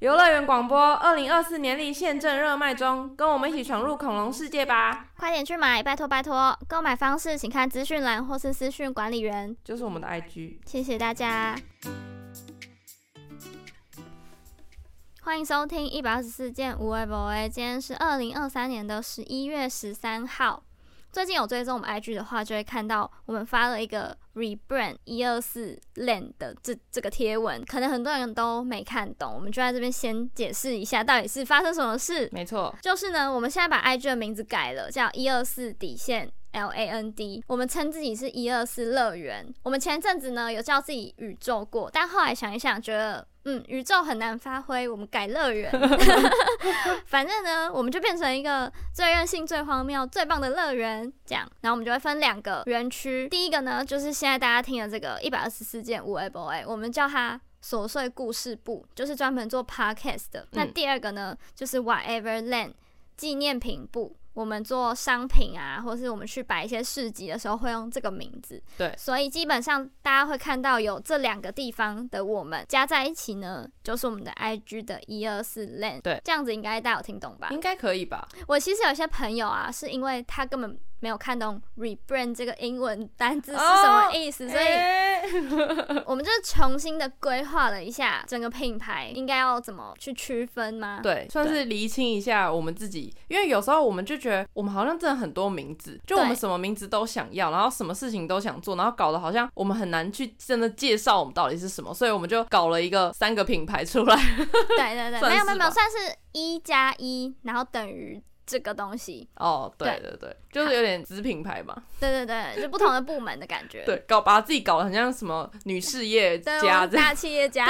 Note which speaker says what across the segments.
Speaker 1: 游乐园广播二零二四年历现正热卖中，跟我们一起闯入恐龙世界吧！
Speaker 2: 快点去买，拜托拜托！购买方式请看资讯栏或是私讯管理员。
Speaker 1: 就是我们的 IG，
Speaker 2: 谢谢大家，欢迎收听一百二十四件无为不为。今天是二零二三年的十一月十三号。最近有追踪我们 IG 的话，就会看到我们发了一个 rebrand 一二四 land 的这这个贴文，可能很多人都没看懂，我们就在这边先解释一下，到底是发生什么事。
Speaker 1: 没错，
Speaker 2: 就是呢，我们现在把 IG 的名字改了，叫一二四底线 L A N D，我们称自己是一二四乐园。我们前阵子呢有叫自己宇宙过，但后来想一想，觉得嗯，宇宙很难发挥，我们改乐园。 反正呢，我们就变成一个最任性、最荒谬、最棒的乐园这样。然后我们就会分两个园区，第一个呢就是现在大家听的这个一百二十四件五 A 不 A，我们叫它。琐碎故事部就是专门做 podcast 的。那
Speaker 1: 嗯
Speaker 2: 第二个呢，就是 Whatever Land 纪念品部，我们做商品啊，或是我们去摆一些市集的时候会用这个名字。
Speaker 1: 对
Speaker 2: 所以基本上大家会看到有这两个地方的我们加在一起呢，就是我们的 IG 的一二四 Land。
Speaker 1: 对，
Speaker 2: 这样子应该大家有听懂吧？
Speaker 1: 应该可以吧？
Speaker 2: 我其实有些朋友啊，是因为他根本没有看懂 rebrand 这个英文单字是什么意
Speaker 1: 哦
Speaker 2: 思，所以
Speaker 1: 哎以
Speaker 2: 我们就是重新的规划了一下整个品牌应该要怎么去区分吗？，
Speaker 1: 对，算是厘清一下我们自己，因为有时候我们就觉得我们好像真的很多名字，就我们
Speaker 2: 对
Speaker 1: 什么名字都想要，然后什么事情都想做，然后搞得好像我们很难去真的介绍我们到底是什么，所以我们就搞了一个三个品牌出来。
Speaker 2: 对对对，
Speaker 1: 算
Speaker 2: 没有
Speaker 1: 是
Speaker 2: 没有没有，
Speaker 1: 吧
Speaker 2: 算是一加一，然后等于这个东西。
Speaker 1: 哦，对对对，就是有点子品牌嘛。
Speaker 2: 对对对，就不同的部门的感觉。
Speaker 1: 对，搞把自己搞得很像什么女事业
Speaker 2: 对，
Speaker 1: 家
Speaker 2: 我
Speaker 1: 这样，
Speaker 2: 大企 业家。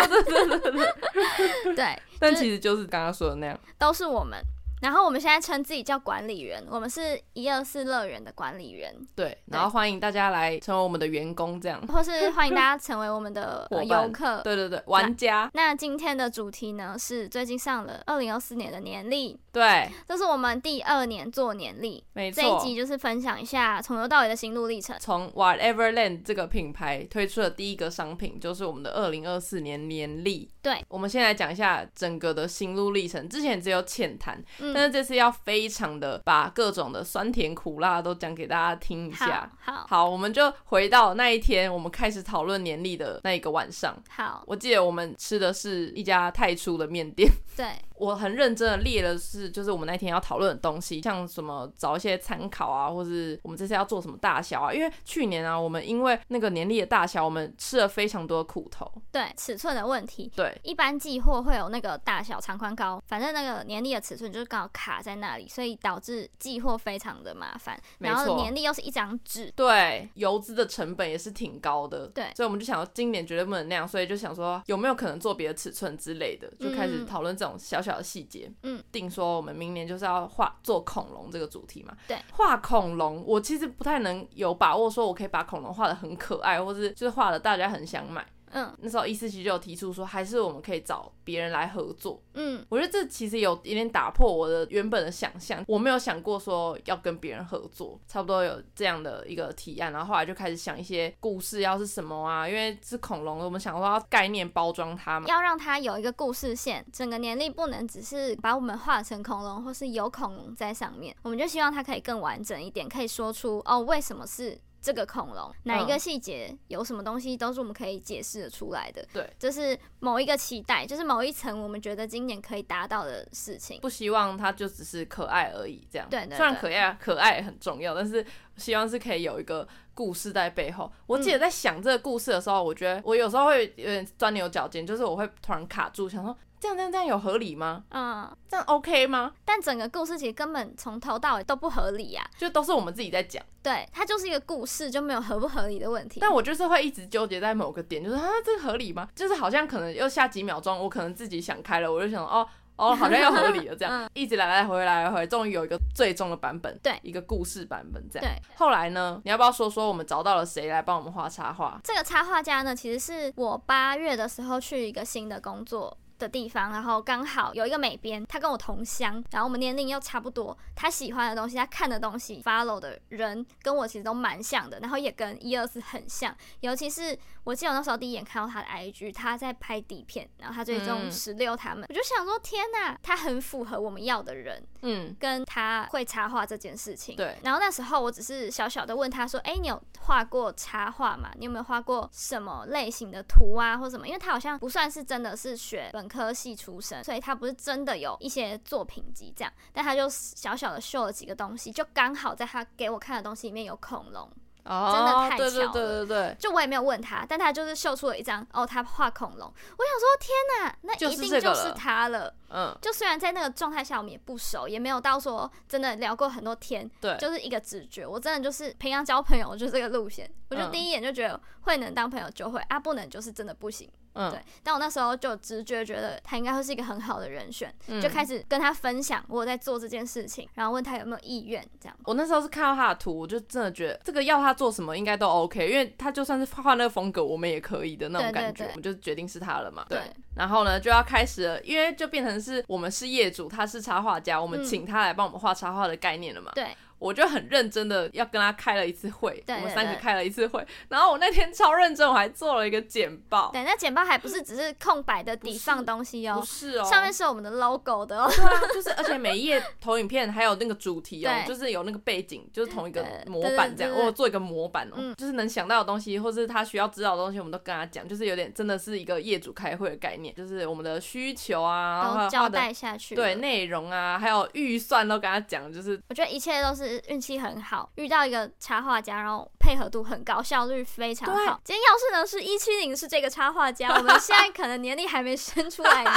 Speaker 2: 对
Speaker 1: 但
Speaker 2: 就是
Speaker 1: 其实就是刚刚说的那样。
Speaker 2: 都是我们。然后我们现在称自己叫管理员，我们是一二四乐园的管理员，
Speaker 1: 对，然后欢迎大家来成为我们的员工，这样。
Speaker 2: 或是欢迎大家成为我们的呃
Speaker 1: 嗯伙伴
Speaker 2: 游客。
Speaker 1: 对对对，玩家，
Speaker 2: 那今天的主题呢是最近上了二零二四年的年历，
Speaker 1: 对，
Speaker 2: 这是我们第二年做年历，
Speaker 1: 没
Speaker 2: 这一
Speaker 1: 错。
Speaker 2: 集就是分享一下从头到尾的心路历程。
Speaker 1: 从 Whatever Land 这个品牌推出的第一个商品，就是我们的二零二四年年历。
Speaker 2: 对，
Speaker 1: 我们先来讲一下整个的心路历程。之前只有浅谈，但
Speaker 2: 嗯，
Speaker 1: 是这次要非常的把各种的酸甜苦辣都讲给大家听一
Speaker 2: 好
Speaker 1: 下。
Speaker 2: 好
Speaker 1: 好，我们就回到那一天，我们开始讨论年历的那一个晚上。
Speaker 2: 好，
Speaker 1: 我记得我们吃的是一家太初的面店，
Speaker 2: 对
Speaker 1: 我很认真的列了是就是我们那天要讨论的东西，像什么找一些参考啊，或是我们这次要做什么大小啊。因为去年啊，我们因为那个年历的大小，我们吃了非常多的苦头。
Speaker 2: 对，尺寸的问题，
Speaker 1: 对
Speaker 2: 一般寄货会有那个大小、长宽高，反正那个年历的尺寸就是刚好卡在那里，所以导致寄货非常的麻烦。
Speaker 1: 没
Speaker 2: 然后
Speaker 1: 错
Speaker 2: 年历又是一张纸，
Speaker 1: 对，邮资的成本也是挺高的。
Speaker 2: 对
Speaker 1: 所以我们就想要今年绝对不能那样，所以就想说有没有可能做别的尺寸之类的，就开始
Speaker 2: 嗯
Speaker 1: 讨论这种小小的细节。
Speaker 2: 嗯，
Speaker 1: 定说我们明年就是要画做恐龙这个主题嘛。
Speaker 2: 对，
Speaker 1: 画恐龙，我其实不太能有把握说我可以把恐龙画的很可爱，或是就是画的大家很想买。
Speaker 2: 嗯
Speaker 1: 那时候一 E 四七就有提出说，还是我们可以找别人来合作。
Speaker 2: 嗯，
Speaker 1: 我觉得这其实有一点打破我的原本的想象，我没有想过说要跟别人合作，差不多有这样的一个提案，然后后来就开始想一些故事要是什么啊，因为是恐龙，我们想说要概念包装它嘛，
Speaker 2: 要让它有一个故事线，整个年历不能只是把我们画成恐龙，或是有恐龙在上面，我们就希望它可以更完整一点，可以说出哦为什么是。这个恐龙哪一
Speaker 1: 嗯
Speaker 2: 个细节有什么东西都是我们可以解释得出来的，
Speaker 1: 对，
Speaker 2: 这是某一个期待，就是某一层我们觉得今年可以达到的事情。
Speaker 1: 不希望它就只是可爱而已这样。
Speaker 2: 对对对
Speaker 1: 虽然可爱可爱很重要，但是希望是可以有一个故事在背后。我
Speaker 2: 嗯
Speaker 1: 记得在想这个故事的时候，我觉得我有时候会有点钻牛角尖，就是我会突然卡住，想说这样这样这样有合理吗？
Speaker 2: 嗯，
Speaker 1: 这样 OK 吗？
Speaker 2: 但整个故事其实根本从头到尾都不合理呀、啊
Speaker 1: 就都是我们自己在讲。
Speaker 2: 对，它就是一个故事，就没有合不合理的问题。
Speaker 1: 但我就是会一直纠结在某个点，就是啊，这个合理吗？就是好像可能又下几秒钟，我可能自己想开了，我就想哦。哦，好像要合理了，这样、一直来来回回来来回回，终于有一个最终的版本，
Speaker 2: 嗯对
Speaker 1: 一个故事版本这样。
Speaker 2: 对，
Speaker 1: 后来呢，你要不要说说我们找到了谁来帮我们画插画？
Speaker 2: 这个插画家呢，其实是我八月的时候去一个新的工作的地方，然后刚好有一个美编，他跟我同乡，然后我们年龄又差不多，他喜欢的东西，他看的东西，follow 的人跟我其实都蛮像的，然后也跟一二四很像，尤其是我记得我那时候第一眼看到他的 IG，他在拍底片，然后他追踪
Speaker 1: 嗯
Speaker 2: 十六他们，我就想说天呐，他很符合我们要的人，
Speaker 1: 嗯，
Speaker 2: 跟他会插画这件事情。
Speaker 1: 对
Speaker 2: 然后那时候我只是小小的问他说：“哎、你有画过插画吗？你有没有画过什么类型的图啊，或什么？”因为他好像不算是真的是学本科系出身，所以他不是真的有一些作品集这样，但他就小小的秀了几个东西，就刚好在他给我看的东西里面有恐龙。
Speaker 1: 哦，
Speaker 2: 太
Speaker 1: 对对
Speaker 2: 巧
Speaker 1: 对
Speaker 2: 了
Speaker 1: 对对，
Speaker 2: 就我也没有问他，但他就是秀出了一张哦，他画恐龙。我想说，天哪，那
Speaker 1: 就
Speaker 2: 一
Speaker 1: 是
Speaker 2: 定
Speaker 1: 这个
Speaker 2: 就是
Speaker 1: 了
Speaker 2: 他了。
Speaker 1: 嗯，
Speaker 2: 就虽然在那个状态下我们也不熟，也没有到说真的聊过很多天，
Speaker 1: 对，
Speaker 2: 就是一个直觉。我真的就是平常交朋友我就是这个路线，我就
Speaker 1: 嗯
Speaker 2: 第一眼就觉得会能当朋友就会，啊不能就是真的不行。
Speaker 1: 嗯
Speaker 2: 对，但我那时候就有直觉觉得他应该会是一个很好的人选，
Speaker 1: 嗯
Speaker 2: 就开始跟他分享我有在做这件事情，然后问他有没有意愿这样。
Speaker 1: 我那时候是看到他的图，我就真的觉得这个要他做什么应该都 OK，因为他就算是画那个风格，我们也可以的那种
Speaker 2: 对对
Speaker 1: 感觉，
Speaker 2: 对
Speaker 1: 我们就决定是他了嘛。
Speaker 2: 对，
Speaker 1: 然后呢就要开始了，因为就变成是我们是业主，他是插画家，我们
Speaker 2: 嗯
Speaker 1: 请他来帮我们画插画的概念了嘛。
Speaker 2: 对，
Speaker 1: 我就很认真的要跟他开了一次会，
Speaker 2: 对
Speaker 1: 我们
Speaker 2: 对
Speaker 1: 三个
Speaker 2: 对
Speaker 1: 开了一次会，然后我那天超认真，我还做了一个简报，
Speaker 2: 对，那简报还不是只是空白的底放东西
Speaker 1: 不
Speaker 2: 哦，
Speaker 1: 是哦，
Speaker 2: 上面是我们的 logo 的哦。
Speaker 1: 对啊，就是而且每一页投影片还有那个主题哦，
Speaker 2: 对
Speaker 1: 就是有那个背景，就是同一个
Speaker 2: 对
Speaker 1: 模板这
Speaker 2: 对对
Speaker 1: 样，
Speaker 2: 对对
Speaker 1: 我有做一个模板哦，
Speaker 2: 嗯
Speaker 1: 就是能想到的东西，或是他需要知道的东西，我们都跟他讲，就是有点真的是一个业主开会的概念，就是我们的需求啊，
Speaker 2: 然
Speaker 1: 然
Speaker 2: 后
Speaker 1: 后
Speaker 2: 交
Speaker 1: 画的
Speaker 2: 代下去了，
Speaker 1: 对内容啊，还有预算都跟他讲，就是
Speaker 2: 我觉得一切都是运气很好，遇到一个插画家，然后配合度很高，效率非常
Speaker 1: 对
Speaker 2: 好。今天要是呢是一七零是这个插画家，我们现在可能年龄还没生出 来呢，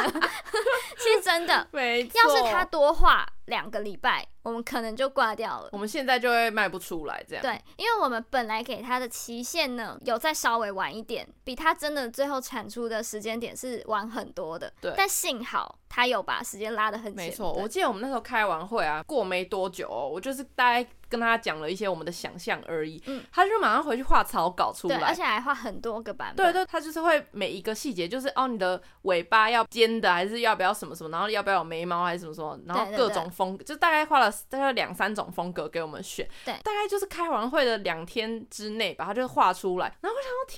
Speaker 2: 是真的。
Speaker 1: 没错。
Speaker 2: 要是他，多画两个礼拜，我们可能就挂掉了
Speaker 1: 我。们现在就会卖不出来这样。
Speaker 2: 对，因为我们本来给他的期限呢，有再稍微晚一点，比他真的最后产出的时间点是晚很多的。
Speaker 1: 对
Speaker 2: 但幸好他有把时间拉得很紧。
Speaker 1: 没错，
Speaker 2: 对
Speaker 1: 我记得我们那时候开完会啊，过没多久哦，我就是大概跟他讲了一些我们的想象而已，
Speaker 2: 嗯
Speaker 1: 他就马上回去画草稿出
Speaker 2: 对，哎
Speaker 1: 来
Speaker 2: 而，且还画很多个版本。
Speaker 1: 对对，它就是会每一个细节，就是哦，你的尾巴要尖的，还是要不要什么什么，然后要不要有眉毛还是什么什么，然后
Speaker 2: 对对
Speaker 1: 各
Speaker 2: 对
Speaker 1: 种风格，就大概画了大概两三种风格给我们选。
Speaker 2: 对
Speaker 1: 大概就是开完会的两天之内把它就画出来。然后我想说，天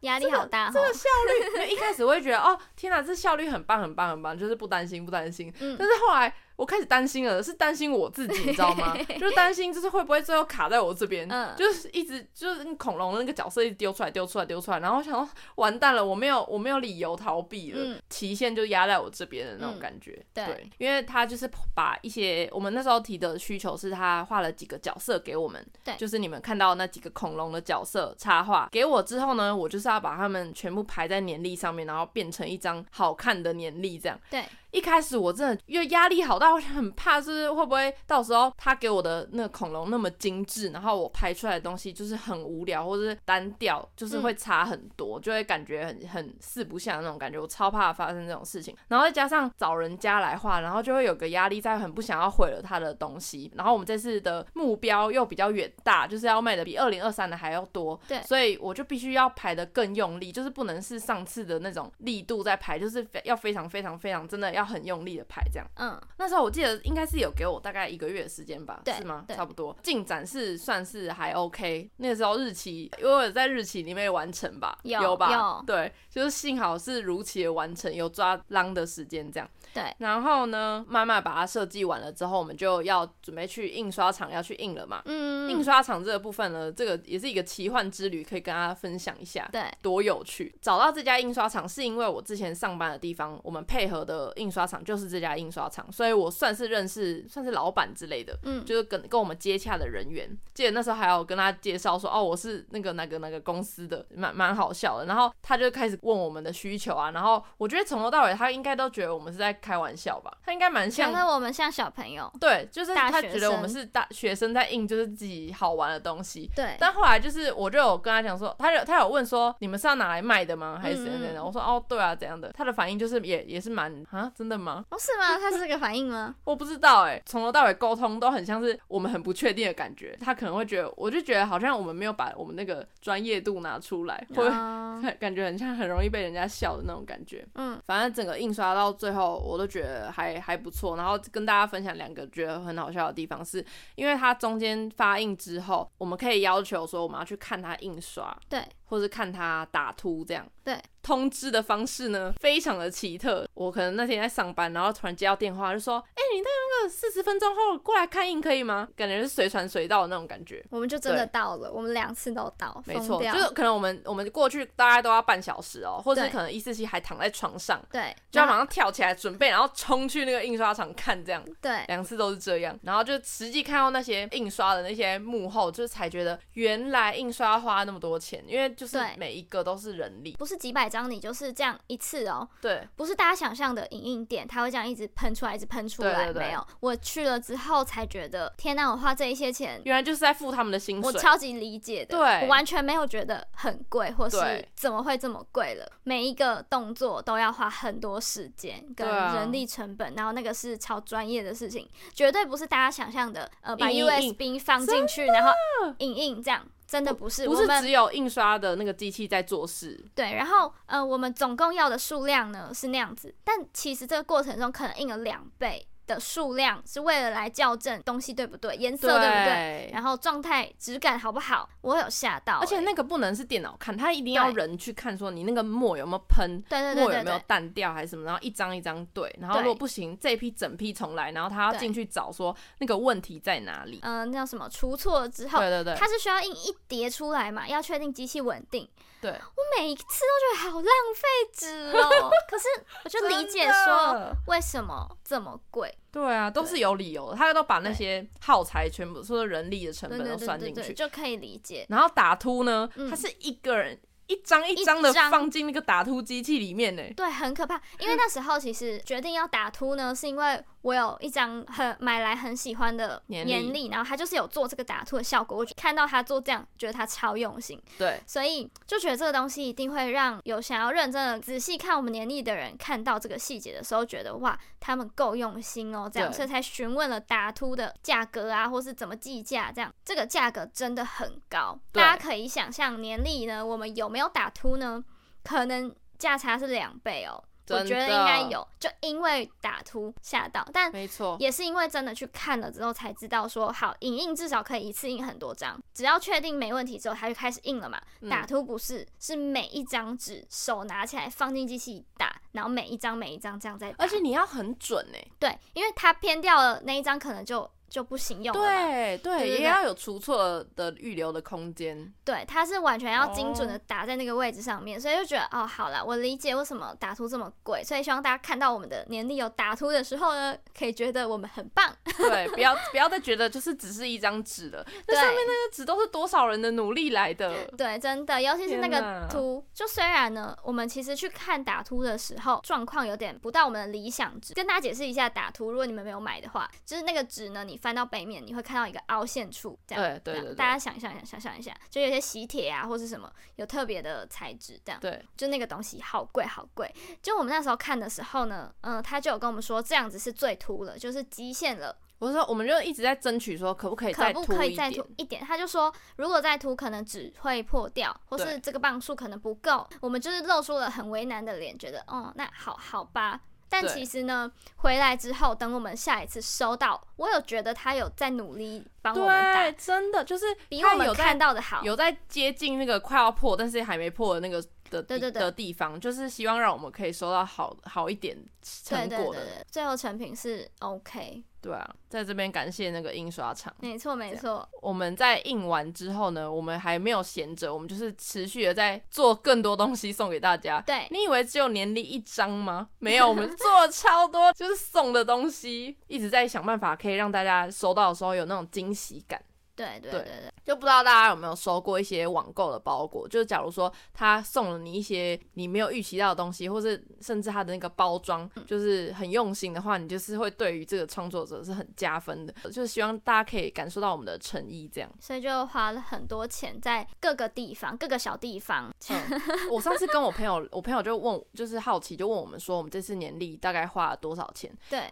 Speaker 2: 压力好大、哦。
Speaker 1: 这个效率， 因为一开始我会觉得哦，天哪，这效率很棒很棒很棒，就是不担心不担心。
Speaker 2: 嗯
Speaker 1: 但是后来。我开始担心了，是担心我自己，你知道吗？ 就是担心，就是会不会最后卡在我这边，
Speaker 2: 嗯
Speaker 1: 就是一直就是那个恐龙的那个角色一直丢出来，丢出来，丢出来，然后我想说完蛋了，我没有我没有理由逃避了，
Speaker 2: 嗯
Speaker 1: 期限就压在我这边的那种
Speaker 2: 嗯
Speaker 1: 感觉。
Speaker 2: 对
Speaker 1: 对，因为他就是把一些我们那时候提的需求是他画了几个角色给我们，
Speaker 2: 对
Speaker 1: 就是你们看到那几个恐龙的角色插画给我之后呢，我就是要把它们全部排在年历上面，然后变成一张好看的年历这样。
Speaker 2: 对，
Speaker 1: 一开始我真的因为压力好大，我很怕就是会不会到时候他给我的那个恐龙那么精致，然后我拍出来的东西就是很无聊或者是单调，就是会差很多，就会感觉很很四不像那种感觉。我超怕发生这种事情，然后再加上找人家来画，然后就会有个压力在，很不想要毁了他的东西。然后我们这次的目标又比较远大，就是要卖的比二零二三的还要多，
Speaker 2: 对
Speaker 1: 所以我就必须要排的更用力，就是不能是上次的那种力度在排，就是非要非常非常非常真的要很用力的排这样。
Speaker 2: 嗯，
Speaker 1: 那时候我记得应该是有给我大概一个月的时间吧，
Speaker 2: 对
Speaker 1: 是吗？
Speaker 2: 对
Speaker 1: 差不多进展是算是还 OK。那个时候日期，因为我有在日期里面完成吧，
Speaker 2: 有
Speaker 1: 吧？
Speaker 2: 有
Speaker 1: 对，就是幸好是如期的完成，有抓浪的时间这样。
Speaker 2: 对，
Speaker 1: 然后呢，慢慢把它设计完了之后，我们就要准备去印刷厂要去印了嘛。印
Speaker 2: 嗯，
Speaker 1: 刷厂这个部分呢，这个也是一个奇幻之旅，可以跟大家分享一下。
Speaker 2: 对，
Speaker 1: 多有趣！找到这家印刷厂是因为我之前上班的地方，我们配合的印刷厂就是这家印刷厂，所以我算是认识，算是老板之类的，
Speaker 2: 嗯，
Speaker 1: 就是跟跟我们接洽的人员。记得那时候还有跟他介绍说，哦，我是那个那个那个公司的，蛮蛮好笑的。然后他就开始问我们的需求啊，然后我觉得从头到尾他应该都觉得我们是在开玩笑吧，他应该蛮
Speaker 2: 觉
Speaker 1: 像
Speaker 2: 得我们像小朋友，
Speaker 1: 对，就是
Speaker 2: 大
Speaker 1: 他
Speaker 2: 学
Speaker 1: 觉得我们
Speaker 2: 生
Speaker 1: 是大学生在印，就是自己好玩的东西。
Speaker 2: 对，
Speaker 1: 但后来就是，我就有跟他讲说，他有他有问说，你们是要拿来卖的吗？还是怎样怎样？
Speaker 2: 嗯嗯
Speaker 1: 我说哦，对啊，怎样的？他的反应就是也也是蛮啊，真的吗？
Speaker 2: 哦，是吗？他是这个反应吗？
Speaker 1: 我不知道哎、从头到尾沟通都很像是我们很不确定的感觉，他可能会觉得，我就觉得好像我们没有把我们那个专业度拿出来，会不会
Speaker 2: 啊
Speaker 1: 感感觉很像很容易被人家笑的那种感觉。
Speaker 2: 嗯，
Speaker 1: 反正整个印刷到最后，我都觉得还还不错。然后跟大家分享两个觉得很好笑的地方是，因为它中间发印之后，我们可以要求说我们要去看它印刷，
Speaker 2: 对，
Speaker 1: 或是看它打凸这样。
Speaker 2: 对，
Speaker 1: 通知的方式呢非常的奇特。我可能那天在上班，然后突然接到电话，就说：“哎、你那那个四十分钟后过来看印可以吗？”感觉是随传随到的那种感觉。
Speaker 2: 我们就真的到了，我们两次都到，
Speaker 1: 没
Speaker 2: 疯
Speaker 1: 错，
Speaker 2: 掉
Speaker 1: 就是可能我们我们过去大概都要半小时哦、或者是
Speaker 2: 对
Speaker 1: 可能一四七还躺在床上，
Speaker 2: 对，
Speaker 1: 就要马
Speaker 2: 然后
Speaker 1: 上跳起来准备，然后冲去那个印刷厂看，这样
Speaker 2: 对，
Speaker 1: 两次都是这样，然后就实际看到那些印刷的那些幕后，就才觉得原来印刷花那么多钱，因为就是
Speaker 2: 对
Speaker 1: 每一个都是人力，
Speaker 2: 不是几百张，你就是这样一次哦，
Speaker 1: 对
Speaker 2: 不是大家想象的影印店，它会这样一直喷出来，一直喷出来。
Speaker 1: 对对对
Speaker 2: 没有，我去了之后才觉得，天哪，我花这一些钱，
Speaker 1: 原来就是在付他们的薪
Speaker 2: 我
Speaker 1: 水，
Speaker 2: 超级理解的，
Speaker 1: 对
Speaker 2: 我完全没有觉得很贵，或是
Speaker 1: 对
Speaker 2: 怎么会这么贵了。每一个动作都要花很多时间跟
Speaker 1: 对啊
Speaker 2: 人力成本，然后那个是超专业的事情，绝对不是大家想象的，呃，把
Speaker 1: 印印
Speaker 2: USB 放进去，然后影印这样。真的不是，
Speaker 1: 不
Speaker 2: 我
Speaker 1: 是
Speaker 2: 们
Speaker 1: 只有印刷的那个机器在做事，
Speaker 2: 对，然后呃，我们总共要的数量呢是那样子，但其实这个过程中可能印了两倍的数量，是为了来校正东西对不对，颜色对不对，
Speaker 1: 对
Speaker 2: 然后状态、质感好不好，我有吓到欸、
Speaker 1: 而且那个不能是电脑看，它一定要
Speaker 2: 对
Speaker 1: 人去看，说你那个墨有没有喷，
Speaker 2: 对对
Speaker 1: 墨
Speaker 2: 对对
Speaker 1: 有没有
Speaker 2: 对，
Speaker 1: 淡掉还是什么，然后一张一张对，然后
Speaker 2: 对
Speaker 1: 如果不行，这一批整批重来，然后他要
Speaker 2: 对
Speaker 1: 进去找说那个问题在哪里。
Speaker 2: 嗯、那叫什么除错之后。
Speaker 1: 对对对
Speaker 2: 它是需要印一叠出来嘛，要确定机器稳定。
Speaker 1: 对，
Speaker 2: 我每一次都觉得好浪费纸哦， 可是我就理解说
Speaker 1: 真的
Speaker 2: 为什么这么贵。
Speaker 1: 对啊，都
Speaker 2: 对
Speaker 1: 是有理由的，他都把那些耗材全部所有人力的成
Speaker 2: 对
Speaker 1: 本都
Speaker 2: 对对
Speaker 1: 算
Speaker 2: 对
Speaker 1: 进
Speaker 2: 对，
Speaker 1: 去。嗯
Speaker 2: 就可以理解。
Speaker 1: 然后打凸呢，
Speaker 2: 嗯
Speaker 1: 他是一个人一张一张的
Speaker 2: 一张
Speaker 1: 放进那个打凸机器里面呢。
Speaker 2: 对，很可怕。因为那时候其实决定要打凸呢，是因为我有一张很买来很喜欢的
Speaker 1: 年
Speaker 2: 年
Speaker 1: 历
Speaker 2: 历，然后它就是有做这个打凸的效果。我看到他做这样，觉得他超用心，
Speaker 1: 对，
Speaker 2: 所以就觉得这个东西一定会让有想要认真的仔细看我们年历的人看到这个细节的时候，觉得哇，他们够用心哦，这样，
Speaker 1: 对
Speaker 2: 所以才询问了打凸的价格啊，或是怎么计价，这样，这个价格真的很高。
Speaker 1: 对
Speaker 2: 大家可以想象年历呢，我们有没有打凸呢？可能价差是两倍哦，我觉得
Speaker 1: 真的
Speaker 2: 应该有，就因为打凸吓到，但
Speaker 1: 没错。
Speaker 2: 也是因为真的去看了之后才知道说，好影印至少可以一次印很多张，只要确定没问题之后，他就开始印了嘛。
Speaker 1: 嗯
Speaker 2: 打凸不是，是每一张纸手拿起来放进机器打，然后每一张每一张这样再打。
Speaker 1: 而且你要很准呢。
Speaker 2: 对，因为它偏掉了那一张，可能就就不行用了嘛。
Speaker 1: 对
Speaker 2: 对
Speaker 1: 对，
Speaker 2: 对
Speaker 1: 也要有出错的预留的空间。
Speaker 2: 对，它是完全要精准的
Speaker 1: 哦
Speaker 2: 打在那个位置上面，所以就觉得哦，好了，我理解为什么打凸这么贵，所以希望大家看到我们的年历有打凸的时候呢，可以觉得我们很棒。
Speaker 1: 对，不要不要再觉得就是只是一张纸了，那
Speaker 2: 对
Speaker 1: 上面那个纸都是多少人的努力来的。
Speaker 2: 对，真的，尤其是那
Speaker 1: 天
Speaker 2: 个
Speaker 1: 哪
Speaker 2: 图，就虽然呢，我们其实去看打图的时候，状况有点不到我们的理想值。跟大家解释一下打图，如果你们没有买的话，就是那个纸呢，你翻到背面，你会看到一个凹陷处，这样。
Speaker 1: 对
Speaker 2: 这
Speaker 1: 对
Speaker 2: 样
Speaker 1: 对
Speaker 2: 大
Speaker 1: 对
Speaker 2: 家想象一下，想象一下，就有些喜帖啊，或是什么有特别的材质，这样，
Speaker 1: 对，
Speaker 2: 就那个东西好贵好贵。就我们那时候看的时候呢，嗯、他就有跟我们说，这样子是最凸了，就是极限了。
Speaker 1: 我说我们就一直在争取说，可不可以
Speaker 2: 可
Speaker 1: 再
Speaker 2: 不
Speaker 1: 凸
Speaker 2: 可
Speaker 1: 一
Speaker 2: 以再
Speaker 1: 点？
Speaker 2: 涂一点？他就说，如果再涂，可能纸会破掉，或是
Speaker 1: 对
Speaker 2: 这个磅数可能不够。我们就是露出了很为难的脸，觉得，哦，那好好吧。但
Speaker 1: 对
Speaker 2: 其实呢，回来之后，等我们下一次收到，我有觉得他有在努力帮我们
Speaker 1: 对，
Speaker 2: 打，
Speaker 1: 真的就是
Speaker 2: 比
Speaker 1: 它
Speaker 2: 我们
Speaker 1: 有在
Speaker 2: 看到的好。
Speaker 1: 有在接近那个快要破，但是还没破的那个的地
Speaker 2: 对对对
Speaker 1: 的地方，就是希望让我们可以收到好好一点成
Speaker 2: 对对对
Speaker 1: 果的。
Speaker 2: 对，最后成品是 OK，
Speaker 1: 对啊，在这边感谢那个印刷厂。
Speaker 2: 没错没错，
Speaker 1: 我们在印完之后呢，我们还没有闲着，我们就是持续的在做更多东西送给大家。
Speaker 2: 对
Speaker 1: 你以为只有年历一张吗？没有，我 们做了超多，就是送的东西，一直在想办法可以让大家收到的时候有那种惊喜感。
Speaker 2: 对对
Speaker 1: 对
Speaker 2: 对对，
Speaker 1: 就不知道大家有没有收过一些网购的包裹？就是假如说他送了你一些你没有预期到的东西，或是甚至他的那个包装就是很用心的话，你就是会对于这个创作者是很加分的。就是希望大家可以感受到我们的诚意，这样。
Speaker 2: 所以就花了很多钱在各个地方、各个小地方。
Speaker 1: 嗯，我上次跟我朋友，我朋友就问，就是好奇就问我们说，我们这次年历大概花了多少钱？
Speaker 2: 对，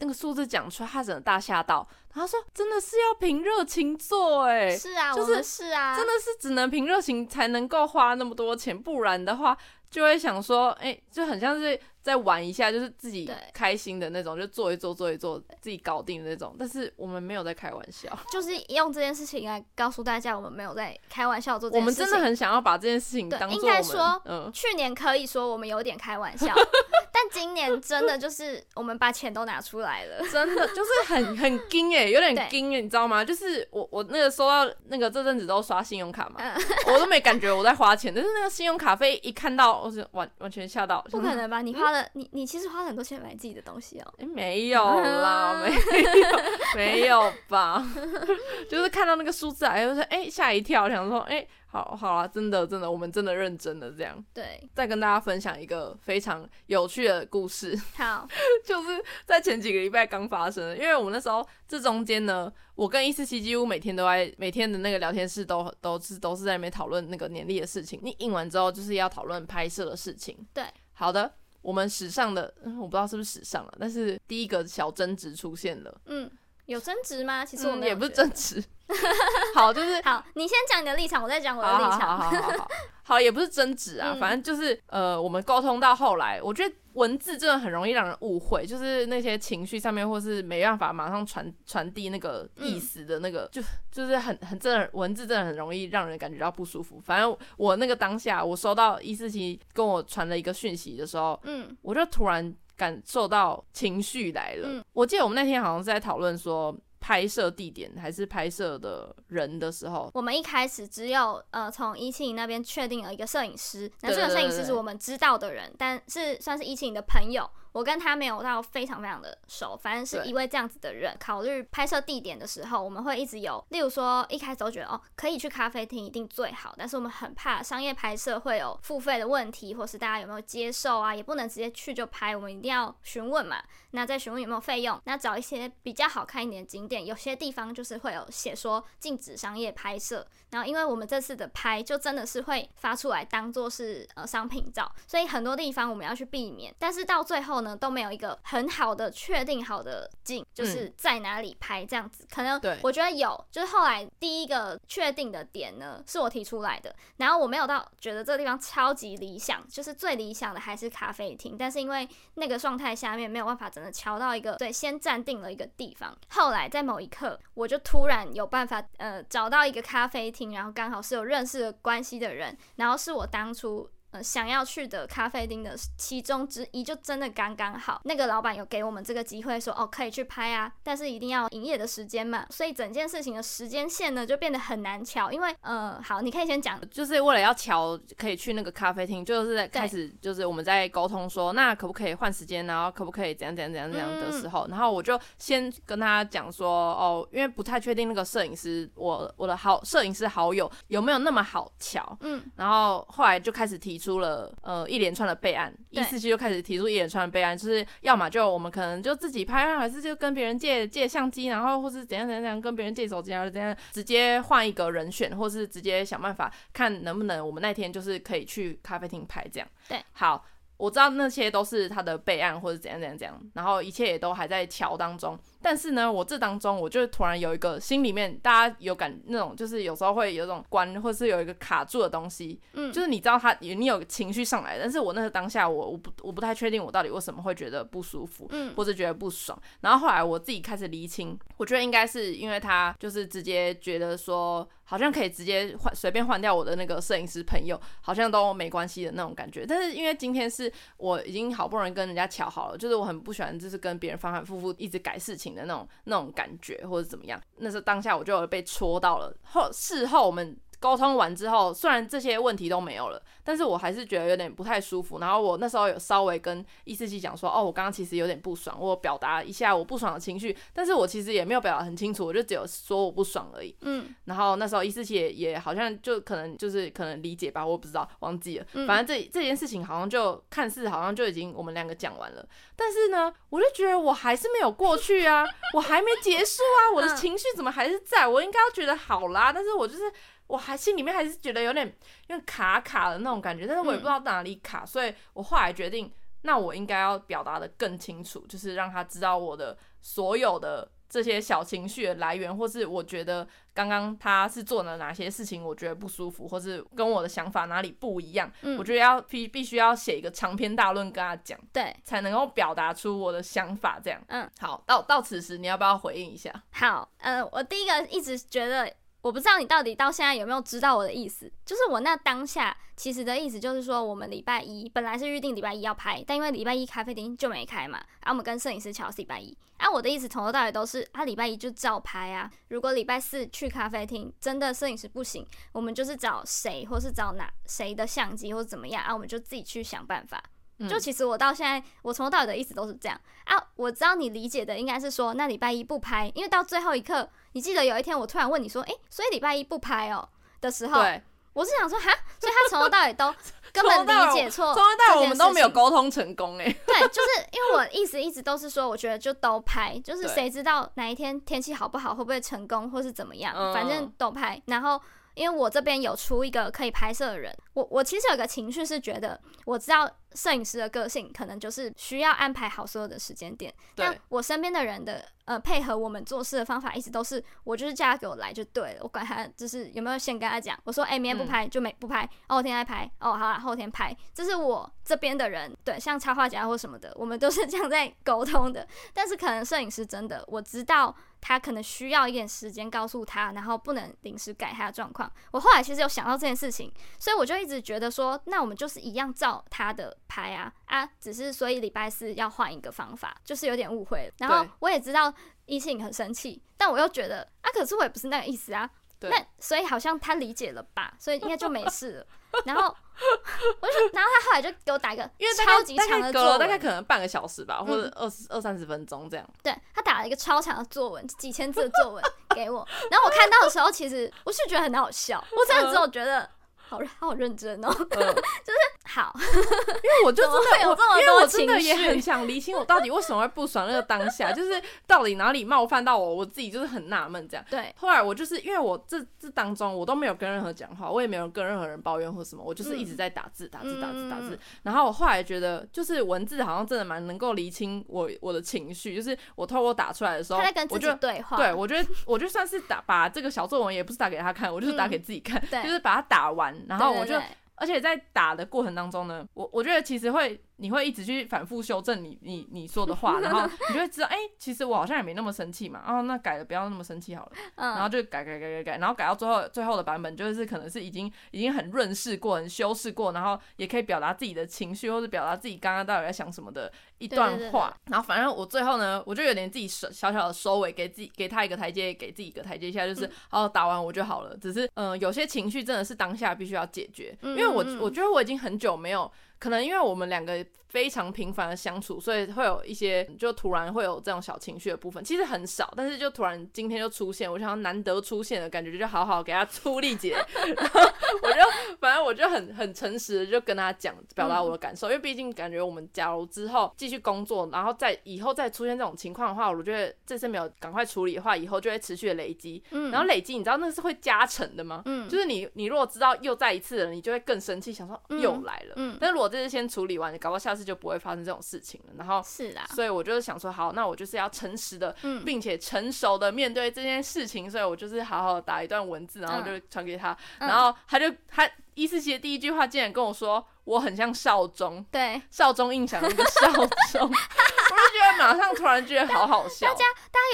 Speaker 1: 那个数字讲出来，他整个大吓到。他说：“真的是要凭热情做、欸，
Speaker 2: 是啊，
Speaker 1: 就
Speaker 2: 我
Speaker 1: 是
Speaker 2: 们是啊，
Speaker 1: 真的是只能凭热情才能够花那么多钱，不然的话就会想说，哎、就很像是在玩一下，就是自己
Speaker 2: 对
Speaker 1: 开心的那种，就做一做做一做，自己搞定的那种。但是我们没有在开玩笑，
Speaker 2: 就是用这件事情来告诉大家，我们没有在开玩笑做这
Speaker 1: 我
Speaker 2: 件
Speaker 1: 们
Speaker 2: 事情。
Speaker 1: 真的很想要把这件事情
Speaker 2: 对
Speaker 1: 当做
Speaker 2: 应
Speaker 1: 我
Speaker 2: 该
Speaker 1: 们
Speaker 2: 说
Speaker 1: 嗯。
Speaker 2: 去年可以说我们有点开 玩笑，但今年真的就是我们把钱都拿出来 了。
Speaker 1: 真的就是很很惊哎、有
Speaker 2: 对
Speaker 1: 点惊哎、你知道吗？就是我我那个收到那个这阵子都刷信用卡嘛，
Speaker 2: 嗯
Speaker 1: 我都没感觉我在花钱，但是那个信用卡费一看到，我是完完全吓到，
Speaker 2: 不可能吧？你花了，你你其实花了很多钱买自己的东西哦。
Speaker 1: 诶没有啦，没有，没有吧？ 就是看到那个数字啊，就是哎吓一跳，想说哎、好好啊，真的真的，我们真的认真的这样。
Speaker 2: 对，
Speaker 1: 再跟大家分享一个非常有趣的故事，
Speaker 2: 好，
Speaker 1: 就是在前几个礼拜刚发生的，因为我们那时候这中间呢，我跟伊思琪几乎每天都在每天的那个聊天室都都是都是在那边讨论那个年历的事情。你印完之后就是要讨论拍摄的事情。
Speaker 2: 对，
Speaker 1: 好的，我们史上的、嗯我不知道是不是史上了，但是第一个小争执出现了，
Speaker 2: 嗯，有争执吗？其
Speaker 1: 其
Speaker 2: 实我们、
Speaker 1: 嗯也不是。争执， 好就是
Speaker 2: 好，你先讲你的立场，我再讲我的
Speaker 1: 好
Speaker 2: 立
Speaker 1: 好
Speaker 2: 场。
Speaker 1: 好好好好，好也不是争执啊，
Speaker 2: 嗯
Speaker 1: 反正就是呃，我们沟通到后来，我觉得文字真的很容易让人误会，就是那些情绪上面，或是没办法马上传传递那个意思的那个，就就是很很真的文字真的很容易让人感觉到不舒服。反正我那个当下，我收到伊思琪跟我传了一个讯息的时候，
Speaker 2: 嗯，
Speaker 1: 我就突然感受到情绪来了。
Speaker 2: 嗯
Speaker 1: 我记得我们那天好像是在讨论说。拍摄地点还是拍摄的人的时候，
Speaker 2: 我们一开始只有呃从一七零那边确定了一个摄影师，那这个
Speaker 1: 对对
Speaker 2: 摄影
Speaker 1: 对
Speaker 2: 师是
Speaker 1: 对
Speaker 2: 我们知道的人，但是算是一七零的朋友，我跟他没有到非常非常的熟，反正是
Speaker 1: 对
Speaker 2: 一位这样子的人。考虑拍摄地点的时候，我们会一直有，例如说一开始都觉得哦可以去咖啡厅一定最好，但是我们很怕商业拍摄会有付费的问题，或是大家有没有接受啊，也不能直接去就拍，我们一定要询问嘛。那再询问有没有费用，那找一些比较好看一点的景点，有些地方就是会有写说禁止商业拍摄，然后因为我们这次的拍就真的是会发出来当做是呃商品照，所以很多地方我们要去避免，但是到最后呢都没有一个很好的确定好的景，就是在哪里拍这样子，可能
Speaker 1: 对
Speaker 2: 我觉得有，就是后来第一个确定的点呢是我提出来的，然后我没有到觉得这个地方超级理想，就是最理想的还是咖啡厅，但是因为那个状态下面没有办法真的瞧到一个对，先站定了一个地方。后来在某一刻，我就突然有办法呃找到一个咖啡厅，然后刚好是有认识的关系的人，然后是我当初。呃，想要去的咖啡厅的其中之一，就真的刚刚好。那个老板有给我们这个机会说，哦，可以去拍啊，但是一定要营业的时间嘛。所以整件事情的时间线呢，就变得很难瞧。因为，呃，好，你可以先讲，
Speaker 1: 就是为了要瞧可以去那个咖啡厅，就是在
Speaker 2: 对
Speaker 1: 开始就是我们在沟通说，那可不可以换时间，然后可不可以怎样怎样怎样怎样的时候，
Speaker 2: 嗯
Speaker 1: 然后我就先跟他讲说，哦，因为不太确定那个摄影师，我我的好摄影师好友有没有那么好瞧，
Speaker 2: 嗯，
Speaker 1: 然后后来就开始提出了呃一连串的备案，
Speaker 2: 对
Speaker 1: 一四七就开始提出一连串的备案，就是要么就我们可能就自己拍，还是就跟别人借借相机，然后或是怎样怎样怎样跟别人借手机，然后怎样直接换一个人选，或是直接想办法看能不能我们那天就是可以去咖啡厅拍这样。
Speaker 2: 对，
Speaker 1: 好。我知道那些都是他的备案或者怎样怎样怎样，然后一切也都还在瞧当中。但是呢，我这当中我就突然有一个心里面大家有感那种，就是有时候会有一种关或是有一个卡住的东西，
Speaker 2: 嗯
Speaker 1: 就是你知道他你有情绪上来，但是我那个当下我我不我不太确定我到底为什么会觉得不舒服，
Speaker 2: 嗯，
Speaker 1: 或者觉得不爽。然后后来我自己开始厘清，我觉得应该是因为他就是直接觉得说，好像可以直接换随便换掉我的那个摄影师朋友，好像都没关系的那种感觉。但是因为今天是我已经好不容易跟人家瞧好了，就是我很不喜欢就是跟别人反反复复一直改事情的那种那种感觉，或者怎么样。那时候当下我就有被戳到了，后事后我们。沟通完之后，虽然这些问题都没有了，但是我还是觉得有点不太舒服。然后我那时候有稍微跟伊思琪讲说，哦，我刚刚其实有点不爽，我表达一下我不爽的情绪，但是我其实也没有表达很清楚，我就只有说我不爽而已。
Speaker 2: 嗯，
Speaker 1: 然后那时候伊思琪也也好像就可能就是可能理解吧，我不知道忘记了。
Speaker 2: 嗯
Speaker 1: 反正这这件事情好像就看似好像就已经我们两个讲完了，但是呢，我就觉得我还是没有过去啊，我还没结束啊，我的
Speaker 2: 嗯
Speaker 1: 情绪怎么还是在？我应该要觉得好啦，但是我就是我还心里面还是觉得有点有点卡卡的那种感觉，但是我也
Speaker 2: 嗯
Speaker 1: 不知道哪里卡，所以我后来决定，那我应该要表达的更清楚，就是让他知道我的所有的这些小情绪的来源，或是我觉得刚刚他是做了哪些事情，我觉得不舒服，或是跟我的想法哪里不一样，
Speaker 2: 嗯
Speaker 1: 我觉得要必必须要写一个长篇大论跟他讲，
Speaker 2: 对，
Speaker 1: 才能够表达出我的想法。这样，
Speaker 2: 嗯，
Speaker 1: 好，到到此时你要不要回应一下？
Speaker 2: 好，呃，我第一个一直觉得，我不知道你到底到现在有没有知道我的意思，就是我那当下其实的意思就是说，我们礼拜一本来是预定礼拜一要拍，但因为礼拜一咖啡厅就没开嘛，啊，我们跟摄影师瞧是礼拜一，啊，我的意思从头到尾都是，啊，礼拜一就照拍啊，如果礼拜四去咖啡厅真的摄影师不行，我们就是找谁或是找哪谁的相机或者怎么样啊，我们就自己去想办法。
Speaker 1: 嗯
Speaker 2: 就其实我到现在，我从头到尾的意思都是这样。啊，我知道你理解的应该是说，那礼拜一不拍，因为到最后一刻，你记得有一天我突然问你说，诶，所以礼拜一不拍哦的时候，
Speaker 1: 对，
Speaker 2: 我是想说哈，所以他从头到 尾都根
Speaker 1: 从头
Speaker 2: 本
Speaker 1: 到尾
Speaker 2: 理解错
Speaker 1: 从
Speaker 2: 这件事情，
Speaker 1: 头到尾我们都没有沟通成功 哎、
Speaker 2: 对，就是因为我意思一直都是说，我觉得就都拍，就是
Speaker 1: 对
Speaker 2: 谁知道哪一天天气好不好，会不会成功，或是怎么样，
Speaker 1: 嗯
Speaker 2: 反正都拍。然后因为我这边有出一个可以拍摄的人，我我其实有个情绪是觉得，我知道摄影师的个性可能就是需要安排好所有的时间点。
Speaker 1: 对
Speaker 2: 但我身边的人的呃配合我们做事的方法，一直都是我就是叫他给我来就对了，我管他就是有没有先跟他讲，我说哎、
Speaker 1: 嗯
Speaker 2: 明天不拍就没不拍，哦后天再拍，哦好啦后天拍，这是我这边的人对，像插画家或什么的，我们都是这样在沟通的。但是可能摄影师真的，我知道他可能需要一点时间告诉他，然后不能临时改他的状况。我后来其实有想到这件事情，所以我就一直觉得说，那我们就是一样照他的拍啊啊，只是所以礼拜四要换一个方法，就是有点误会了。然后
Speaker 1: 对
Speaker 2: 我也知道异性很生气，但我又觉得啊，可是我也不是那个意思啊。
Speaker 1: 对
Speaker 2: 那所以好像他理解了吧，所以应该就没事 了。然后 我就，然后他后来就给我打一个
Speaker 1: 因为大概
Speaker 2: 超级长
Speaker 1: 大概隔
Speaker 2: 的作
Speaker 1: 了
Speaker 2: 文，嗯
Speaker 1: 大概可能半个小时吧，或者二十二三十分钟 这样。
Speaker 2: 对他打了一个超长的作文，几千字的 作文给我。然后我看到的时候，其实我是觉得很好笑，我真的只有觉得好 好认真哦。
Speaker 1: 嗯
Speaker 2: 好，
Speaker 1: 因为我就真
Speaker 2: 怎么会
Speaker 1: 的
Speaker 2: 有
Speaker 1: 我
Speaker 2: 这么多
Speaker 1: 因为我真的也
Speaker 2: 情绪
Speaker 1: 很想厘清我到底为什么会不爽那个当下，就是到底哪里冒犯到我，我自己就是很纳闷这样。
Speaker 2: 对，
Speaker 1: 后来我就是因为我这这当中我都没有跟任何讲话，我也没有跟任何人抱怨或什么，我就是一直在打字、打字打字打字。
Speaker 2: 嗯
Speaker 1: 然后我后来觉得，就是文字好像真的蛮能够厘清我我的情绪，就是我透过打出来的时候，
Speaker 2: 他在跟自
Speaker 1: 我
Speaker 2: 己
Speaker 1: 就
Speaker 2: 对话。
Speaker 1: 对，我觉得我就算是打把这个小作文，也不是打给他看，我就是打给自己看，
Speaker 2: 对
Speaker 1: 就是把它打完，然
Speaker 2: 对
Speaker 1: 后
Speaker 2: 对
Speaker 1: 我就
Speaker 2: 对
Speaker 1: 而且在打的过程当中呢，我我觉得其实会，你会一直去反复修正你你你说的话，然后你就会知道，哎、其实我好像也没那么生气嘛，哦，那改了不要那么生气好了，然后
Speaker 2: 嗯，
Speaker 1: 就改改改改改，然后改到最后最后的版本就是可能是已经已经很润饰过、很修饰过，然后也可以表达自己的情绪，或者表达自己刚刚到底在想什么的一段话。
Speaker 2: 对对对
Speaker 1: 然后反正我最后呢，我就有点自己小小小的收尾，给自己给他一个台阶，给自己一个台阶下，
Speaker 2: 嗯
Speaker 1: 就是、哦打完我就好了。只是嗯、呃有些情绪真的是当下必须要解决，
Speaker 2: 嗯
Speaker 1: 因为我
Speaker 2: 嗯嗯
Speaker 1: 我觉得我已经很久没有。可能因为我们两个非常频繁的相处，所以会有一些就突然会有这种小情绪的部分，其实很少，但是就突然今天就出现，我想要难得出现的感觉，就好好给他出力解。 然后我就反正我就很很诚实的就跟他讲，表达我的感受，
Speaker 2: 嗯
Speaker 1: 因为毕竟感觉我们假如之后继续工作，然后再以后再出现这种情况的话，我觉得这次没有赶快处理的话，以后就会持续的累积，
Speaker 2: 嗯
Speaker 1: 然后累积你知道那是会加成的吗？
Speaker 2: 嗯
Speaker 1: 就是你你如果知道又再一次了，你就会更生气，想说
Speaker 2: 嗯
Speaker 1: 又来了。
Speaker 2: 嗯，
Speaker 1: 但是如果这次先处理完，搞不好下次就不会发生这种事情了。然后，
Speaker 2: 是啦，
Speaker 1: 所以我就是想说，好，那我就是要诚实的，
Speaker 2: 嗯
Speaker 1: 并且成熟的面对这件事情，所以我就是好好打一段文字，然后就传给他，
Speaker 2: 嗯
Speaker 1: 然后他就他伊思琪的第一句话竟然跟我说，我很像少中，
Speaker 2: 对。
Speaker 1: 少中印象那个少中， 我就觉得马上突然觉得好好笑，
Speaker 2: 大家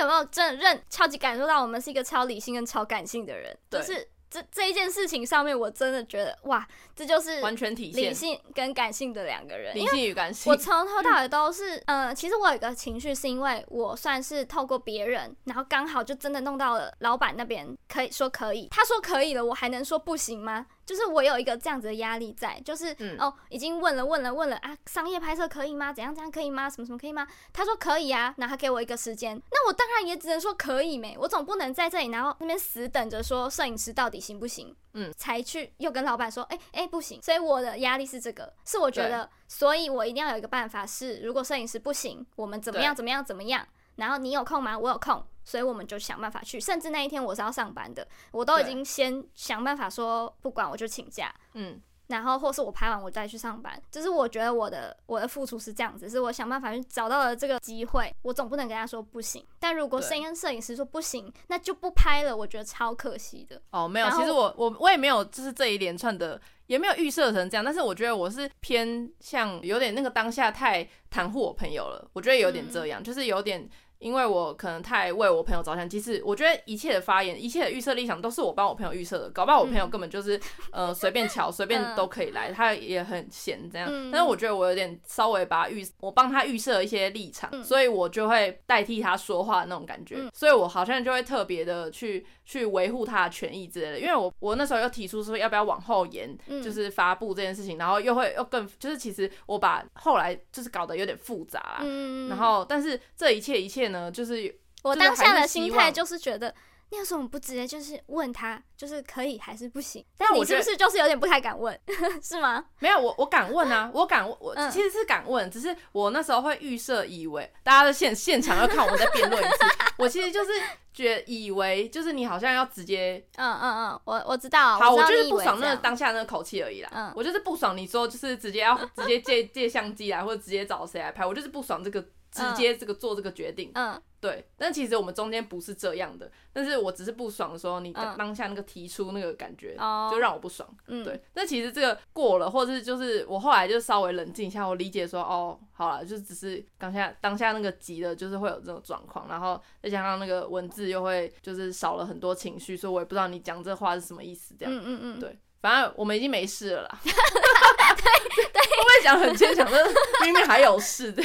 Speaker 2: 有没有真的认超级感受到我们是一个超理性跟超感性的人？就
Speaker 1: 对
Speaker 2: 是这这一件事情上面，我真的觉得哇，这就是
Speaker 1: 完全体
Speaker 2: 理
Speaker 1: 现
Speaker 2: 性跟感性的两个人，
Speaker 1: 理性与感性
Speaker 2: 我。从头到尾都是，呃，其实我有一个情绪，是因为我算是透过别人，然后刚好就真的弄到了老板那边，可以说可以，他说可以了，我还能说不行吗？就是我有一个这样子的压力在，就是、
Speaker 1: 嗯
Speaker 2: 哦，已经问了问了问了啊，商业拍摄可以吗？怎样怎样可以吗？什么什么可以吗？他说可以啊，然后他给我一个时间，那我当然也只能说可以没，我总不能在这里然后那边死等着说摄影师到底行不行，
Speaker 1: 嗯，
Speaker 2: 才去又跟老板说，哎、哎、不行，所以我的压力是这个，是我觉得，所以我一定要有一个办法是，如果摄影师不行，我们怎么样怎么样怎么样，然后你有空吗？我有空。所以我们就想办法去，甚至那一天我是要上班的，我都已
Speaker 1: 对
Speaker 2: 经先想办法说不管我就请假，
Speaker 1: 嗯，
Speaker 2: 然后或是我拍完我再去上班，就是我觉得我的我的付出是这样子，是我想办法去找到了这个机会，我总不能跟他说不行。但如果
Speaker 1: 对
Speaker 2: 声音摄影师说不行，那就不拍了，我觉得超可惜的。
Speaker 1: 哦，没有，
Speaker 2: 然后
Speaker 1: 其实我我我也没有，就是这一连串的也没有预设成这样，但是我觉得我是偏向有点那个当下太袒护我朋友了，我觉得有点
Speaker 2: 嗯
Speaker 1: 这样，就是有点。因为我可能太为我朋友着想，其实我觉得一切的发言、一切的预设立场都是我帮我朋友预设的，搞不好我朋
Speaker 2: 嗯
Speaker 1: 友根本就是、呃随便瞧、随便都可以来，他也很闲这样。
Speaker 2: 嗯
Speaker 1: 但是我觉得我有点稍微把预我帮他预设一些立场，
Speaker 2: 嗯
Speaker 1: 所以我就会代替他说话的那种感觉，
Speaker 2: 嗯
Speaker 1: 所以我好像就会特别的去去维护他的权益之类的。因为我我那时候又提出说要不要往后延，
Speaker 2: 嗯
Speaker 1: 就是发布这件事情，然后又会又更就是其实我把后来就是搞得有点复杂啦。
Speaker 2: 嗯
Speaker 1: 啊然后，但是这一切一切呢，就是
Speaker 2: 我
Speaker 1: 就是
Speaker 2: 当下
Speaker 1: 还
Speaker 2: 的
Speaker 1: 是希
Speaker 2: 心
Speaker 1: 望
Speaker 2: 态就是觉得。你有什么不直接就是问他，就是可以还是不行？但
Speaker 1: 但
Speaker 2: 你
Speaker 1: 我
Speaker 2: 是
Speaker 1: 觉
Speaker 2: 不
Speaker 1: 得
Speaker 2: 是就是有点不太敢问， 是吗？
Speaker 1: 没有，我我敢问啊，我敢问，我
Speaker 2: 嗯
Speaker 1: 其实是敢问，只是我那时候会预设以为大家在现现场要看我们在辩论 一次，我其实就是觉得以为就是你好像要直接，
Speaker 2: 嗯嗯嗯，我我知道，
Speaker 1: 好，
Speaker 2: 我
Speaker 1: 我
Speaker 2: 知道
Speaker 1: 就是
Speaker 2: 你以
Speaker 1: 不
Speaker 2: 为
Speaker 1: 爽
Speaker 2: 这
Speaker 1: 那个
Speaker 2: 样
Speaker 1: 当下那个口气而已啦，
Speaker 2: 嗯
Speaker 1: 我就是不爽你说就是直接要 直接借借相机啊来或者直接找谁来拍，我就是不爽这个直接这个做这个决定，
Speaker 2: 嗯
Speaker 1: 对，但其实我们中间不是这样的，但是我只是不爽说你
Speaker 2: 嗯
Speaker 1: 当下那个提出那个感觉，
Speaker 2: 哦，
Speaker 1: 就让我不爽。
Speaker 2: 嗯
Speaker 1: 对，但其实这个过了，或者是就是我后来就稍微冷静一下，我理解说，哦，好了，就只是当下当下那个急的，就是会有这种状况，然后再加上那个文字又会就是少了很多情绪，所以我也不知道你讲这话是什么意思，这样、
Speaker 2: 嗯嗯嗯，
Speaker 1: 对。反正我们已经没事了 啦， 对对，会不会讲很牵强？就是明明还有事的。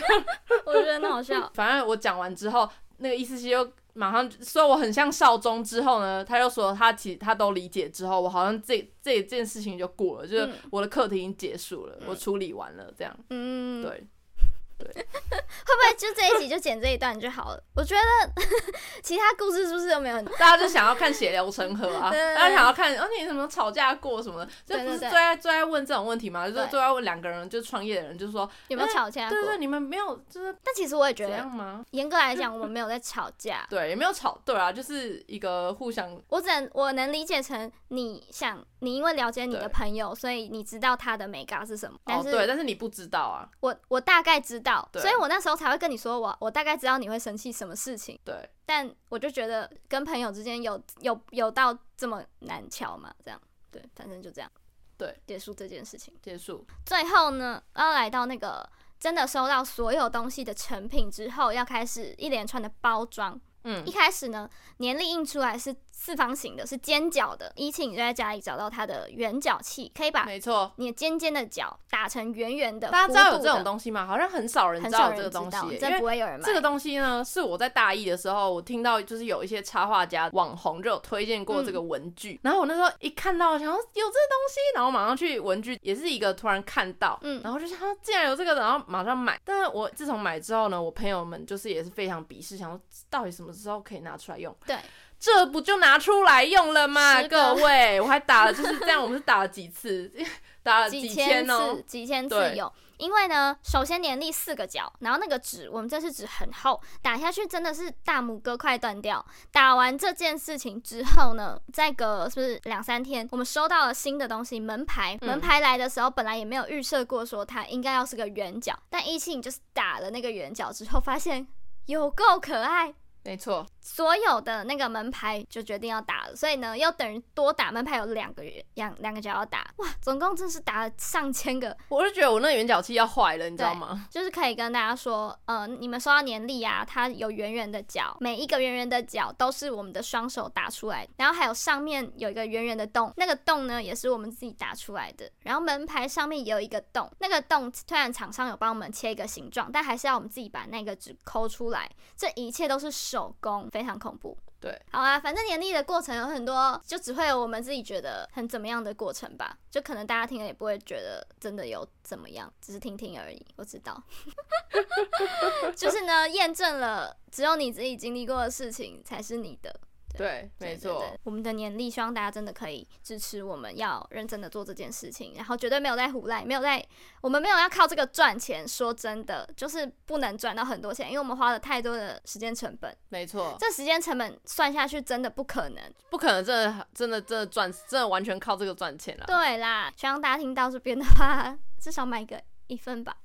Speaker 2: 我觉得 很好笑。
Speaker 1: 反正我讲完之后，那个伊思希又马上说我很像少中之后呢，他又说他其实他都理解之后，我好像这这件事情就过了，就是
Speaker 2: 嗯
Speaker 1: 我的课题已经结束了，我处理完了，这样
Speaker 2: 嗯，
Speaker 1: 对。
Speaker 2: 会不会就这一集就剪这一段就好了？我觉得 其他故事是不是都没有很？
Speaker 1: 大家就想要看血流成河 啊，
Speaker 2: 对对对
Speaker 1: 大家想要看，哦，你怎么吵架过什么的，就
Speaker 2: 对
Speaker 1: 不是
Speaker 2: 对对
Speaker 1: 最爱最爱问这种问题嘛，就是
Speaker 2: 对
Speaker 1: 最爱问两个人，就是创业的人，就说，啊
Speaker 2: 有没有吵架
Speaker 1: 对
Speaker 2: 过？
Speaker 1: 对，对你们没有就是
Speaker 2: 但其实我也觉
Speaker 1: 怎
Speaker 2: 得
Speaker 1: 样，吗？
Speaker 2: 严格来讲，我们没有在吵架。
Speaker 1: 对，也没有吵，对啊，就是一个互相哦
Speaker 2: 我只能我能理解成你想你因为了解你的
Speaker 1: 对
Speaker 2: 朋友，所以你知道他的美嘎是什么。但
Speaker 1: 哦，对，
Speaker 2: 是
Speaker 1: 但是你不知道啊，
Speaker 2: 我我大概知道，
Speaker 1: 对
Speaker 2: 所以我那时候才会跟你说我我大概知道你会生气什么事情。
Speaker 1: 对，
Speaker 2: 但我就觉得跟朋友之间有有有到这么难瞧嘛？这样对，反正就这样
Speaker 1: 对
Speaker 2: 结束这件事情。
Speaker 1: 结束，
Speaker 2: 最后呢，要来到那个真的收到所有东西的成品之后，要开始一连串的包装。
Speaker 1: 嗯
Speaker 2: 一，开始呢，年历印出来是四方形的，是尖角的。一庆就在家里找到它的圆角器，可以把
Speaker 1: 没错，
Speaker 2: 你的尖尖的角打成圆圆呃的。
Speaker 1: 大家知道有这种
Speaker 2: 东
Speaker 1: 东西吗？好像很少人
Speaker 2: 很
Speaker 1: 知
Speaker 2: 少
Speaker 1: 道有这个
Speaker 2: 人知
Speaker 1: 东
Speaker 2: 道
Speaker 1: 西，，
Speaker 2: 真
Speaker 1: 因
Speaker 2: 不
Speaker 1: 为
Speaker 2: 会有人买。
Speaker 1: 这个东西呢，是我在大一的时候，我听到就是有一些插画家网红就有推荐过
Speaker 2: 嗯
Speaker 1: 这个文具，然后我那时候一看到，想说有这个东西，然后马上去文具，也是一个突然看到，
Speaker 2: 嗯
Speaker 1: 然后就想啊既然有这个，然后马上买。但是我自从买之后呢，我朋友们就是也是非常鄙视，想说到底什么时候可以拿出来用？
Speaker 2: 对，
Speaker 1: 这不就拿出来用了吗？
Speaker 2: 是
Speaker 1: 各
Speaker 2: 的
Speaker 1: 位，我还打了，就是这样，我们是打了几次， 打了
Speaker 2: 几
Speaker 1: 千
Speaker 2: 次、
Speaker 1: 哦、
Speaker 2: 几千次
Speaker 1: 对
Speaker 2: 有。因为呢，首先年历四个角，然后那个纸，我们这次纸很厚，打下去真的是大拇哥快断掉。打完这件事情之后呢，再隔是不是两三天，我们收到了新的东西，门牌。
Speaker 1: 嗯
Speaker 2: 门牌来的时候，本来也没有预设过说它应该要是个圆角，但一庆就是打了那个圆角之后，发现有够可爱，
Speaker 1: 没错，
Speaker 2: 所有的那个门牌就决定要打了，所以呢，要等于多打门牌有两个月两两个角要打，哇，总共真是打了上千个，
Speaker 1: 我就觉得我那圆角器要坏了，你知道吗？
Speaker 2: 就是可以跟大家说，呃，你们收到年历啊，它有圆圆的角，每一个圆圆的角都是我们的双手打出来的，然后还有上面有一个圆圆的洞，那个洞呢也是我们自己打出来的，然后门牌上面也有一个洞，那个洞虽然厂商有帮我们切一个形状，但还是要我们自己把那个纸抠出来，这一切都是手工，非常恐怖。
Speaker 1: 对，
Speaker 2: 好啊，反正年历的过程有很多，就只会有我们自己觉得很怎么样的过程吧，就可能大家听了也不会觉得真的有怎么样，只是听听而已。我知 道，就是呢，验证了只有你自己经历过的事情才是你的，
Speaker 1: 对，没错
Speaker 2: 对，对对我们的年历，希望大家真的可以支持我们，要认真的做这件事情，然后绝对没有在胡赖，没有在，我们没有要靠这个赚钱。说真的，就是不能赚到很多钱，因为我们花了太多的时间成本，
Speaker 1: 没错，
Speaker 2: 这时间成本算下去真的不可能。
Speaker 1: 不可能真的真的真的赚，真的完全靠这个赚钱啊了。
Speaker 2: 对啦，希望大家听到这边的话，至少买个一份吧。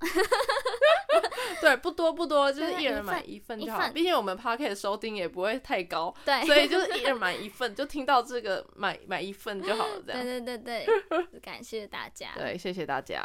Speaker 1: 对，不多不多，就是
Speaker 2: 对
Speaker 1: 一
Speaker 2: 一
Speaker 1: 人
Speaker 2: 份
Speaker 1: 买一份就
Speaker 2: 一
Speaker 1: 好。
Speaker 2: 份哎
Speaker 1: 毕竟我们 p o c k e t 收订也不会太高，
Speaker 2: 对，
Speaker 1: 所以就是一人买一份，就听到这个买买一份就好了，这
Speaker 2: 对
Speaker 1: 样。
Speaker 2: 对对对，感谢大家。
Speaker 1: 对，谢谢大家。